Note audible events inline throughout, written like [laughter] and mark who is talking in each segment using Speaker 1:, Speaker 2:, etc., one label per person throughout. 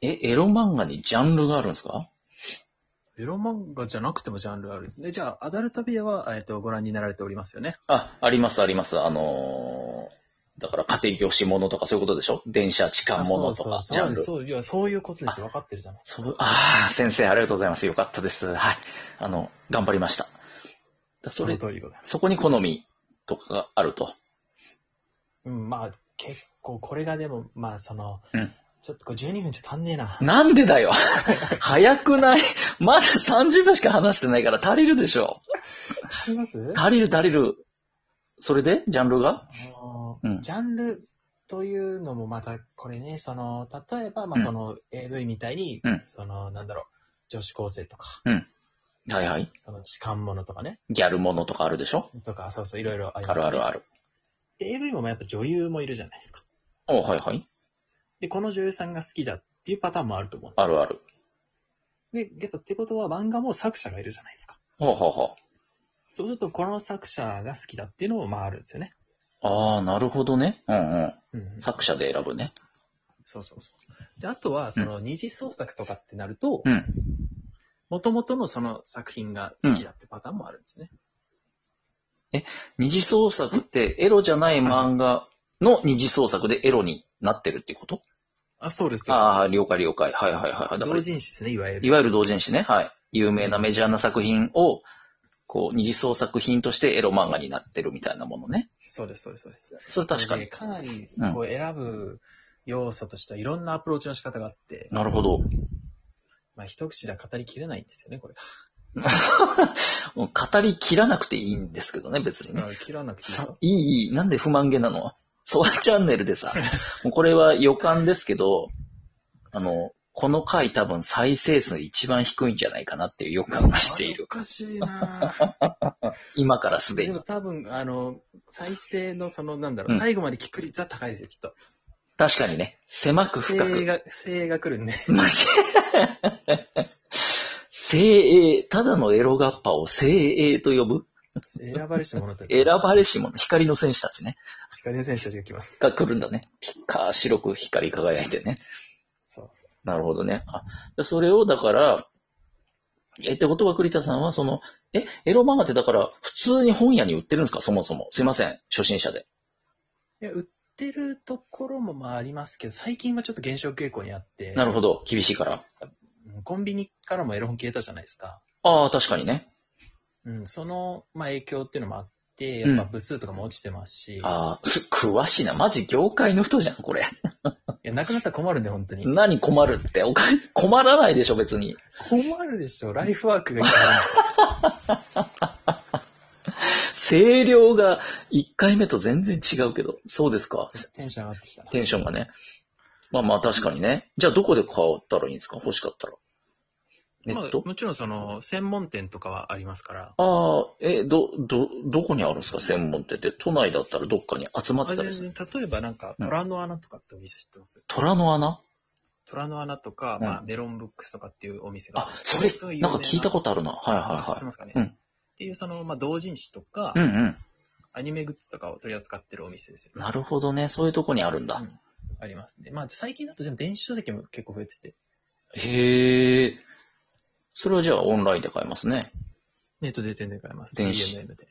Speaker 1: え、エロ漫画にジャンルがあるんですか
Speaker 2: エロ漫画じゃなくてもジャンルあるんですね。じゃあ、アダルトビアは、えっ、と、ご覧になられておりますよね。
Speaker 1: あ、あります、あります。あのーだから家庭教師ものとかそういうことでしょ電車痴漢ものとか、ジャンル。
Speaker 3: そう、いや、そういうことですよ。分かってるじゃない。
Speaker 1: そう、ああ、先生ありがとうございます。よかったです。はい。あの、頑張りました。だそ
Speaker 3: その
Speaker 1: れ、
Speaker 3: 通りでございます。
Speaker 1: そこに好みとかがあると。
Speaker 3: うん、まあ、結構、これがでも、まあ、その、
Speaker 1: うん
Speaker 3: ちょっとこれ12分じゃ足んねえな。
Speaker 1: なんでだよ [laughs] 早くないまだ30秒しか話してないから足りるでしょ
Speaker 3: 足ります
Speaker 1: 足りる足りる。それでジャンルが
Speaker 3: あの
Speaker 1: うん
Speaker 3: ジャンルというのもまた、これね、その、例えば、ま
Speaker 1: う
Speaker 3: あ、
Speaker 1: ん
Speaker 3: その、AV みたいに、
Speaker 1: うん
Speaker 3: その、なんだろう、女子高生とか、
Speaker 1: はいはい。
Speaker 3: その痴漢ものとかね、
Speaker 1: ギャルものとかあるでしょ
Speaker 3: とか、そうそう、いろいろあり
Speaker 1: あ
Speaker 3: ます、
Speaker 1: るあるあ
Speaker 3: る。
Speaker 1: る。
Speaker 3: で、AV もまあやっぱ女優もいるじゃないですか。
Speaker 1: おはいはい。
Speaker 3: で、この女優さんが好きだっていうパターンもあると思う。
Speaker 1: あるある。
Speaker 3: で、やっぱってことは漫画も作者がいるじゃないですか。
Speaker 1: ほうほうほ
Speaker 3: そうすると、この作者が好きだっていうのもまああるんですよね。
Speaker 1: う。ああ、なるほどね。うんうん。
Speaker 3: うん。
Speaker 1: 作者で選ぶね。
Speaker 3: そうそうそう。で、あとは、その、二次創作とかってなると、
Speaker 1: うん。
Speaker 3: 元々のその作品が好きだってパターンもあるんですね。
Speaker 1: 二次創作ってエロじゃない漫画の二次創作でエロになってるってこと
Speaker 3: あ、そうです
Speaker 1: ああ、了解了解。はいはいはいはい。だから
Speaker 3: 同、人誌ですね、いわゆる。
Speaker 1: いわゆる同人誌ね。はい。有名なメジャーな作品を、こう、二次創作品としてエロ漫画になってるみたいなものね。
Speaker 3: そうです、そうです、そうです。
Speaker 1: それ確か
Speaker 3: で
Speaker 1: に。
Speaker 3: かなり
Speaker 1: うん、
Speaker 3: こう、選ぶ要素としてはいろんなアプローチの仕方があって、
Speaker 1: なるほど。
Speaker 3: まあ、一口では語りきれないんですよ
Speaker 1: [laughs]
Speaker 3: ね、これ。
Speaker 1: もう語り切らなくていいんですけどね、別にね。
Speaker 3: まあ切らなくていい
Speaker 1: さいい、いい、なんで不満げなのソワチャンネルでさ、もうこれは予感ですけど、あの、この回多分再生数一番低いんじゃないかなっていう予感がしてい
Speaker 3: あれお [laughs]
Speaker 1: る。
Speaker 3: かしいなぁ
Speaker 1: 今からすで
Speaker 3: で
Speaker 1: に
Speaker 3: も。多分、あの、再生のその、なんだ
Speaker 1: う
Speaker 3: ろ
Speaker 1: ん
Speaker 3: う、最後まで聞く率は高いですよ、きっと。
Speaker 1: 確かにね、狭く深
Speaker 3: 精鋭
Speaker 1: く。
Speaker 3: が、精鋭が来るんで。
Speaker 1: マジ [laughs] 精鋭、ただのエロガッパを精鋭と呼ぶ
Speaker 3: 選ばれし者たち。
Speaker 1: 選ばれし者、光の戦士たちね。
Speaker 3: 光の選手たちが来ます。
Speaker 1: が来るんだね。ピッカー白く光り輝いてね。
Speaker 3: そうそうそ
Speaker 1: なるほどね。あ、でそれをだから、え、ってことは栗田さんはその、え、エロ漫画ってだから普通に本屋に売ってるんですかそもそも。すいません。初心者で。
Speaker 3: う。いや、売ってるところもまあありますけど、最近はちょっと減少傾向にあって、
Speaker 1: なるほど。厳しいから。
Speaker 3: うんコンビニからもエロ本消えたじゃないですか。
Speaker 1: ああ、確かにね。
Speaker 3: うん、その、まあ影響っていうのもあって、
Speaker 1: うん
Speaker 3: やっぱ部数とかも落ちてますし、い
Speaker 1: ああ、す詳しいな。マジ業界の人じゃん、これ。
Speaker 3: や、なくなったら困るんで、本当に。
Speaker 1: 何困るって。おか困らないでしょ、別に。
Speaker 3: 困るでしょ、ライフワークがいっぱいあるんで
Speaker 1: 声量が1回目と全然違うけど。そうですか。
Speaker 3: テンション上がってきたな。
Speaker 1: テンションがね。まあまあ確かにね。じゃあどこで買ったらいいんですか欲しかったら。 [laughs] ネット、
Speaker 3: もちろんその、専門店とかはありますか
Speaker 1: あ
Speaker 3: ら。
Speaker 1: あ、え、ど、ど、どこにあるんですか専門店って。都内だったらどっかに集まってたりする。
Speaker 3: 例えばなんか、
Speaker 1: うん
Speaker 3: 虎の穴とかってお店知ってます
Speaker 1: 虎の穴
Speaker 3: 虎の穴とか、
Speaker 1: うん
Speaker 3: まあ、メロンブックスとかっていうお店が
Speaker 1: あ、それ、なんか聞いた
Speaker 3: こと
Speaker 1: ことあるな。はい
Speaker 3: あ知っ
Speaker 1: は
Speaker 3: てますかね、
Speaker 1: うん
Speaker 3: っていうその、まあ、同人誌とか、
Speaker 1: いはい。うん
Speaker 3: アニメグッズとかを取り扱ってるお店ですよ
Speaker 1: うん。
Speaker 3: ね。
Speaker 1: なるほどね。そういうとこにあるんだ。
Speaker 3: うんありますね。まあ、最近だとでも電子書籍も結構増えてて、
Speaker 1: へえ。それはじゃあオンラインで買えますね。
Speaker 3: ネットで全然買えます。
Speaker 1: 電子
Speaker 3: DMM で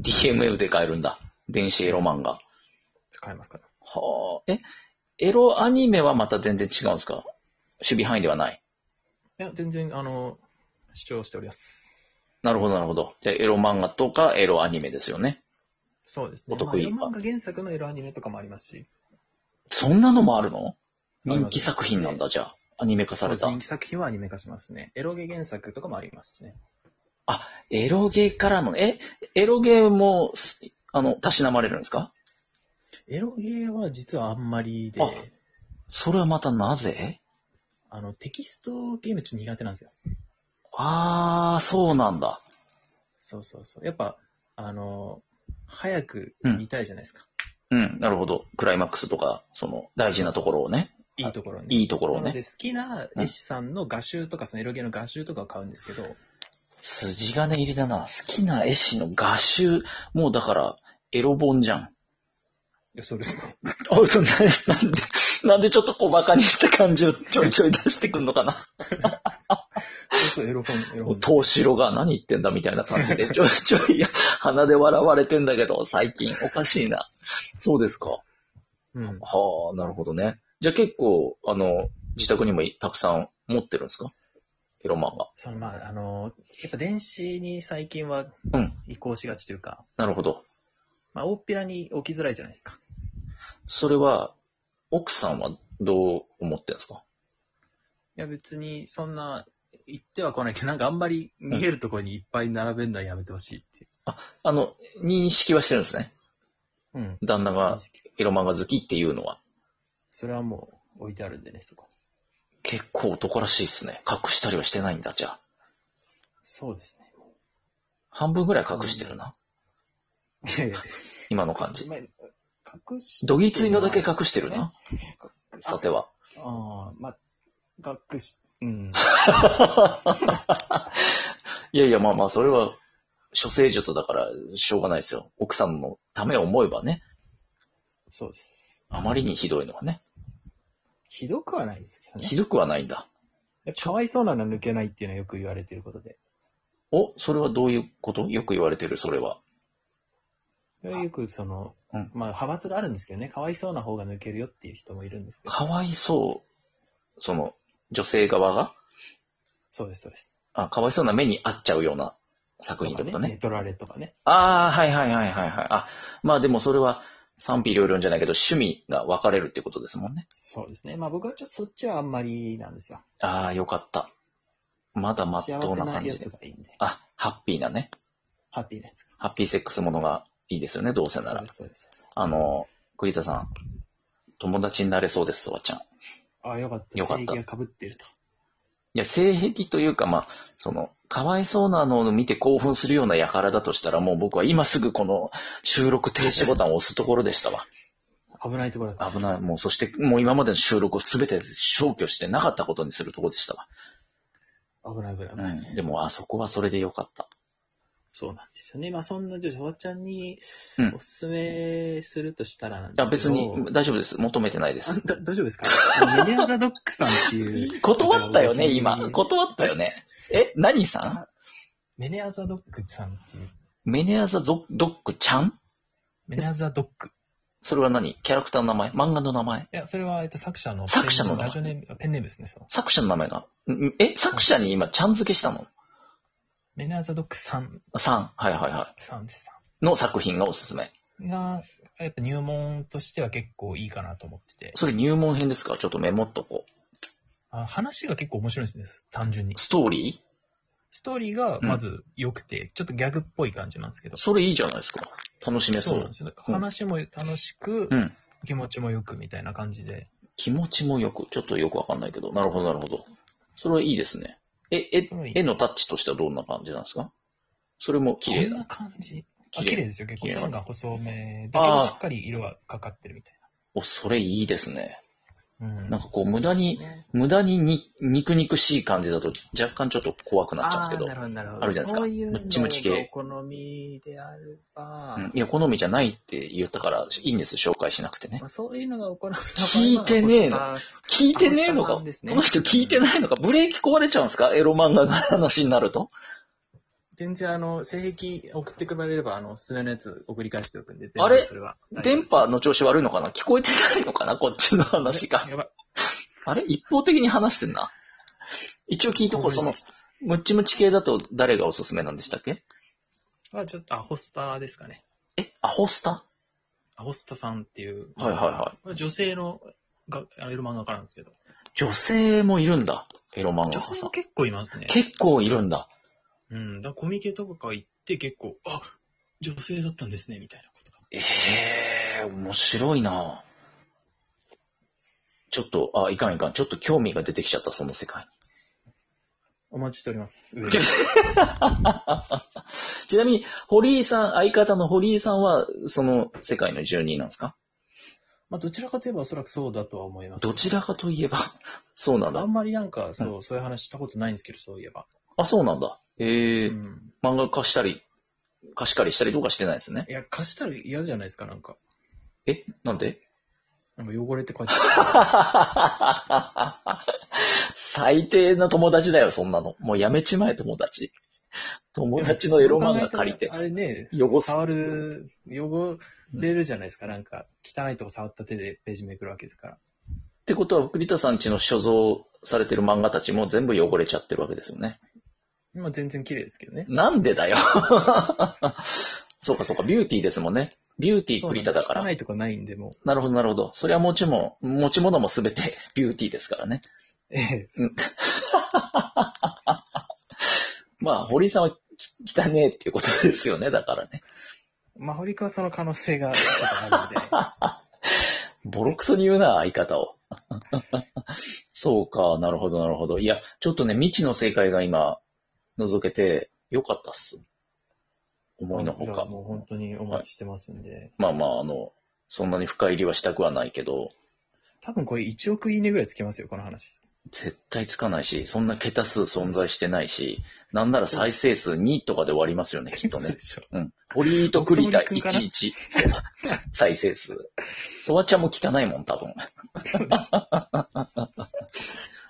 Speaker 1: DMF で買えるんだ。電子エロ漫画。
Speaker 3: 買えます、買えます。
Speaker 1: はあ。え、エロアニメはまた全然違うんですか守備範囲ではない。
Speaker 3: いや、全然、あの、視聴しております。
Speaker 1: なるほど、なるほど。じゃあエロ漫画とかエロアニメですよね。
Speaker 3: そうです
Speaker 1: お
Speaker 3: ね。
Speaker 1: 得意
Speaker 3: まあ、エロ漫画原作のエロアニメとかもありますし、
Speaker 1: そんなのもあるの
Speaker 3: あり
Speaker 1: 人
Speaker 3: ます
Speaker 1: 気作品なんだ、じゃあ。アニメ化された。
Speaker 3: 人気作品はアニメ化しますね。エロゲ原作とかもありますしね。
Speaker 1: エロゲーからの、え、エロゲーもす、あの、たしなまれるんですか
Speaker 3: エロゲーは実はあんまりで、
Speaker 1: あそれはまたなぜ
Speaker 3: あの、テキストゲームちょっと苦手なんですよ。
Speaker 1: あー、そうなんだ。
Speaker 3: そうそうそう。やっぱ、あの、早く
Speaker 1: うん
Speaker 3: 見たいじゃないですか。
Speaker 1: うん、なるほど。クライマックスとか、その、大事なところをね、
Speaker 3: いいところに。
Speaker 1: いいところを
Speaker 3: なので
Speaker 1: ね。
Speaker 3: 好きな絵師さんの画集とか、そのエロゲーの画集とかを買うんですけど、
Speaker 1: 筋金入りだな。好きな絵師の画集、もうだから、エロ本じゃん。 [laughs]
Speaker 3: いやそうですね。
Speaker 1: あ、そうなんで、なんで、なんでちょっと小馬鹿にした感じをちょいちょい出してくんのかな。
Speaker 3: そう、エロ本、エロ本。
Speaker 1: 東城が何言ってんだみたいな感じで、ち [laughs] ょいちょい鼻で笑われてんだけど、最近おかしいな。そうですか。
Speaker 3: うん。
Speaker 1: はあ、なるほどね。じゃあ結構、あの、自宅にもたくさん持ってるんですかエロ漫画。
Speaker 3: その、まあ、あの、やっぱ電子に最近は
Speaker 1: うん
Speaker 3: 移行しがちというか、
Speaker 1: なるほど。
Speaker 3: まあ、大っぴらに置きづらいじゃないですか。
Speaker 1: それは、奥さんはどう思ってるんですか
Speaker 3: いや、別に、
Speaker 2: そんな、言っては来ないけど、なんかあんまり見えるところにいっぱい並べるのはやめてほしいっていう。
Speaker 1: あの、認識はしてるんですね。
Speaker 3: うん。
Speaker 1: 旦那がエロ漫画好きっていうのは。
Speaker 3: それはもう置いてあるんでね、そこ。
Speaker 1: 結構男らしいですね。隠したりはしてないんだ、じゃあ。
Speaker 3: そうですね。
Speaker 1: 半分ぐらい隠してるな。
Speaker 3: いやいや
Speaker 1: 今の感じ。
Speaker 3: まあ隠し
Speaker 1: どぎついのだけ隠してるな。さては。
Speaker 3: ああ、まあ、学し、うん。
Speaker 1: [laughs] いやいや、まあまあ、それは、処世術だから、しょうがないですよ。奥さんのためを思えばね、
Speaker 3: そうです。
Speaker 1: あまりにひどいのはね、
Speaker 3: ひどくはないですけどね。
Speaker 1: ひどくはないんだ。
Speaker 3: やっぱかわいそうなのは抜けないっていうのはよく言われてることで。
Speaker 1: お、それはどういうことよく言われてる、それは。
Speaker 3: よくその、
Speaker 1: うん
Speaker 3: まあ派閥があるんですけどね、かわいそうな方が抜けるよっていう人もいるんですけど。
Speaker 1: かわいそう、その、女性側が、
Speaker 3: そうです、そうです。
Speaker 1: あ、かわいそうな目に遭っちゃうような作品ってこと
Speaker 3: とか
Speaker 1: ね。
Speaker 3: 寝取られとかね。
Speaker 1: ああ、はいはいはいはいはい。あ、まあでもそれは賛否両論じゃないけど、趣味が分かれるってことですもんね。
Speaker 3: そうですね。まあ僕はちょっとそっちはあんまりなんですよ。
Speaker 1: ああ、よかった。まだまっと
Speaker 3: 幸
Speaker 1: う
Speaker 3: せ
Speaker 1: な
Speaker 3: な
Speaker 1: 感じ
Speaker 3: や
Speaker 1: で
Speaker 3: つ。がいいんで。
Speaker 1: あ、ハッピーなね。
Speaker 3: ハッピーなやつが。
Speaker 1: ハッピーセックスものがいいですよね、どうせな
Speaker 3: そう
Speaker 1: ら
Speaker 3: で。す、そうです。
Speaker 1: あの、栗田さん、友達になれそうです、そわちゃん。い
Speaker 3: ああ、よかった。
Speaker 1: よかった
Speaker 3: 正義が被ってると。
Speaker 1: や、性癖というか、まあ、その、かわいそうなのを見て興奮するような輩だとしたら、もう僕は今すぐこの収録停止ボタンを押すところでしたわ。
Speaker 3: 危ないところだった。
Speaker 1: 危ない。もう、そして、もう今までの収録をすべて消去してなかったことにするとこでしたわ。
Speaker 3: 危ない、危ない。
Speaker 1: うん。でも、あそこはそれでよかった。
Speaker 3: そうなんですよね。まあそんな、じゃあ、フワちゃんに
Speaker 1: うん
Speaker 3: おすすめするとしたらなん
Speaker 1: い
Speaker 3: で
Speaker 1: や、
Speaker 3: すけ
Speaker 1: 別
Speaker 3: ど、
Speaker 1: に大丈夫です。求めてないで
Speaker 3: あ
Speaker 1: す。
Speaker 3: だ大丈夫ですかメディアザドックさんっ
Speaker 1: [laughs]
Speaker 3: ていう。
Speaker 1: 断ったよね、
Speaker 3: あの
Speaker 1: 今。断ったよね。え、何さん
Speaker 3: メネアザドックさんっていう。
Speaker 1: メネアザゾドックちゃん
Speaker 3: メネアザドック。い
Speaker 1: それは何キャラクターの名前漫画の名前
Speaker 3: や、それは、えっと、作者の。
Speaker 1: 作者の名前
Speaker 3: ラジオネーム、ペンネームですね、そう。
Speaker 1: 作者の名前が。んえ、作者に今、ちゃん付けしたの
Speaker 3: メネアザドックさん、
Speaker 1: さん。はいはいは
Speaker 3: さんです。
Speaker 1: い。の作品がおすすめ。
Speaker 3: が、やっぱ入門としては結構いいかなと思ってて。
Speaker 1: それ入門編ですかちょっとメモっとこ
Speaker 3: あ話が結構面白いですね、単純に
Speaker 1: う。。ストーリ
Speaker 3: ストーリーがまず良くて、ちょっとギャグっぽい感じなんですけど
Speaker 1: ー。それいいじゃないですか。楽しめ
Speaker 3: そう
Speaker 1: そ
Speaker 3: な
Speaker 1: う
Speaker 3: んで。すよ。
Speaker 1: うん
Speaker 3: 話も楽しく、
Speaker 1: うん。
Speaker 3: 気持ちもよくみたいな感じで。
Speaker 1: 気持ちもよく、ちょっとよくわかんないけど、なるほど、なるほど。それはいいですね。え、え
Speaker 3: それはい、い
Speaker 1: 絵のタッチとしてはどんな感じなんですかそれも綺麗
Speaker 3: こんな
Speaker 1: だ。
Speaker 3: 感じ。あ
Speaker 1: 綺
Speaker 3: 綺麗
Speaker 1: 麗。
Speaker 3: ですよ、結
Speaker 1: 綺
Speaker 3: 構。
Speaker 1: 麗
Speaker 3: 線が細めだけ
Speaker 1: あ
Speaker 3: ど、
Speaker 1: ー
Speaker 3: しっかり色はかかってるみたい
Speaker 1: お、それいいですね。
Speaker 3: な。うん。
Speaker 1: なんかこう、無駄に、
Speaker 2: ね、
Speaker 1: 無駄にに肉肉しい感じだと若干ちょっと怖くなっちゃうん
Speaker 2: あ
Speaker 1: ですけ
Speaker 2: ー
Speaker 1: ど
Speaker 2: な。るほど、なるほど。
Speaker 1: あるじゃないですか
Speaker 2: そういう
Speaker 1: ムッチムチ系
Speaker 2: のがお好みであれば、
Speaker 1: うんいや、好みじゃないって言ったから、いいんです、紹介しなくてね
Speaker 2: ま。あそういうのがお好みの
Speaker 1: 聞いてねえの
Speaker 2: 場合は
Speaker 1: 聞いてねえのか、
Speaker 2: あ星さんですね
Speaker 1: この人聞いてないのかブレーキ壊れちゃうんですかエロ漫画の話になると。
Speaker 2: 全然あの、性癖送ってくれれば、あの、おすすめのやつ送り返しておくんで、全
Speaker 1: あれ
Speaker 2: それは大丈夫
Speaker 1: 電
Speaker 2: です
Speaker 1: 波の調子悪いのかな聞こえてないのかなこっちの話が。
Speaker 3: やばい。
Speaker 1: あれ一方的に話してんな。一応聞いとこう、その、ムッチムチ系だと誰がおすすめなんでしたっけ
Speaker 3: は、ちょっと、アホスターですかね。
Speaker 1: え、アホスタ
Speaker 3: アホスタさんっていう。。
Speaker 1: はいはいはい
Speaker 3: 女性のが、あ色漫画家なんですけど。
Speaker 1: 女性もいるんだ。エロ漫画
Speaker 3: 女
Speaker 1: 家
Speaker 3: 性
Speaker 1: さん
Speaker 3: も。結構いますね。
Speaker 1: 結構いるんだ。
Speaker 3: うん。だからコミケとか行って結構、あ女性だったんですね、みたいなことが。
Speaker 1: ええー、面白いなちょっと、あ、いかんいかん。ちょっと興味が出てきちゃった、その世界に。
Speaker 3: お待ちしております。
Speaker 1: ちょちなみに、堀井さん、相方の堀井さんは、その世界の住人なんですか
Speaker 3: まあ、どちらかといえばおそらくそうだとは思います。
Speaker 1: どちらかといえば、 [laughs] そうなん
Speaker 3: あ
Speaker 1: だ。
Speaker 3: んまりなんか、そう、そういう話したことないんですけど、そういえば。
Speaker 1: あ、そうなんだ。ええ
Speaker 3: う
Speaker 1: ー、
Speaker 3: ん。
Speaker 1: 漫画貸したり、貸し借りしたりとかしてないですね。
Speaker 3: いや、貸したら嫌じゃないですか、なんか。
Speaker 1: えなんで [laughs]
Speaker 3: なんか汚れてこうやっ
Speaker 1: 最低な友達だよ、そんなの。もうやめちまえ、友達。友達の
Speaker 3: て。
Speaker 1: エロ漫画借りて
Speaker 3: あれね、
Speaker 1: 汚す。
Speaker 3: 触る、汚れるじゃないですか。なんか、汚いとこ触った手でページめくるわけですから。
Speaker 1: ってことは、栗田さんちの所蔵されてる漫画たちも全部汚れちゃってるわけですよね。
Speaker 3: 今全然綺麗ですけどね。
Speaker 1: なんでだよ。 [laughs] そうかそうか、ビューティーですもんね。ビューティー栗田だから。
Speaker 3: 汚
Speaker 1: ない
Speaker 3: とこないんで、も
Speaker 1: るほど、なるほど。それは持ちも、持ち物もすべて [laughs] ビューティーですからね。
Speaker 3: う。ええ。
Speaker 1: まあ、堀井さんはき汚ねえっていうことですよね、だからね。
Speaker 3: まあ、堀川さんの可能性がちょっとあるので。
Speaker 1: ボロクソに言うな、相方を。 [laughs] そうか、なるほど、なるほど。いや、ちょっとね、未知の世界が今、覗けて、よかったっす。 [laughs] 思いのほ
Speaker 3: じゃあ
Speaker 1: か。
Speaker 3: もう本当にお待ちしてますんで。
Speaker 1: まあまあ、あの、そんなに深入りはしたくはないけど、
Speaker 3: 多分これ1億いいねぐらいつけますよ、この話。
Speaker 1: 絶対つかないし、そんな桁数存在してないし、なんなら再生数2とかで終わりますよ
Speaker 3: [laughs]
Speaker 1: ね、きっと
Speaker 3: そう
Speaker 1: ね
Speaker 3: で。しょ
Speaker 1: 堀井と栗
Speaker 3: [laughs]
Speaker 1: 田
Speaker 3: 本当に君かな
Speaker 1: 11。そう [laughs] 再生数。ソワちゃんも聞かないもん、
Speaker 3: [laughs]
Speaker 1: 多分。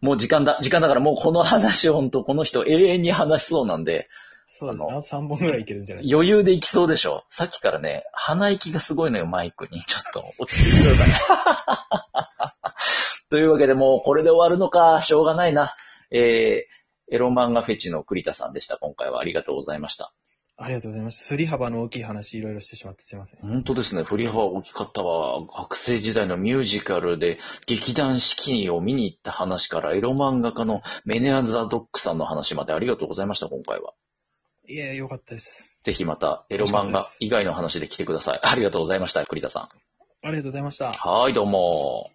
Speaker 1: もう時間だ、時間だからもうこの話を本当この人永遠に話しそうなんで、
Speaker 3: そうです
Speaker 1: あ
Speaker 3: ね。3本ぐらいいけるんじゃない
Speaker 1: 余裕でいきそうでしょ。さっきからね、鼻息がすごいのよ、マイクに。ちょっと落ち着いてください。というわけでもうこれで終わるのか、しょうがないな。えー、エロ漫画フェチの栗田さんでした。今回はありがとうございました。
Speaker 3: ありがとうございました。振り幅の大きい話いろいろしてしまってすいません。
Speaker 1: 本当ですね。振り幅大きかったわ。学生時代のミュージカルで劇団四季を見に行った話から、エロ漫画家のメネアンザ・ドックさんの話までありがとうございました、今回は。
Speaker 3: いや、よかったです。
Speaker 1: ぜひまたエロ漫画以外の話で来てください。ありがとうございました、栗田さん。
Speaker 3: ありがとうございました。
Speaker 1: はい、どうも。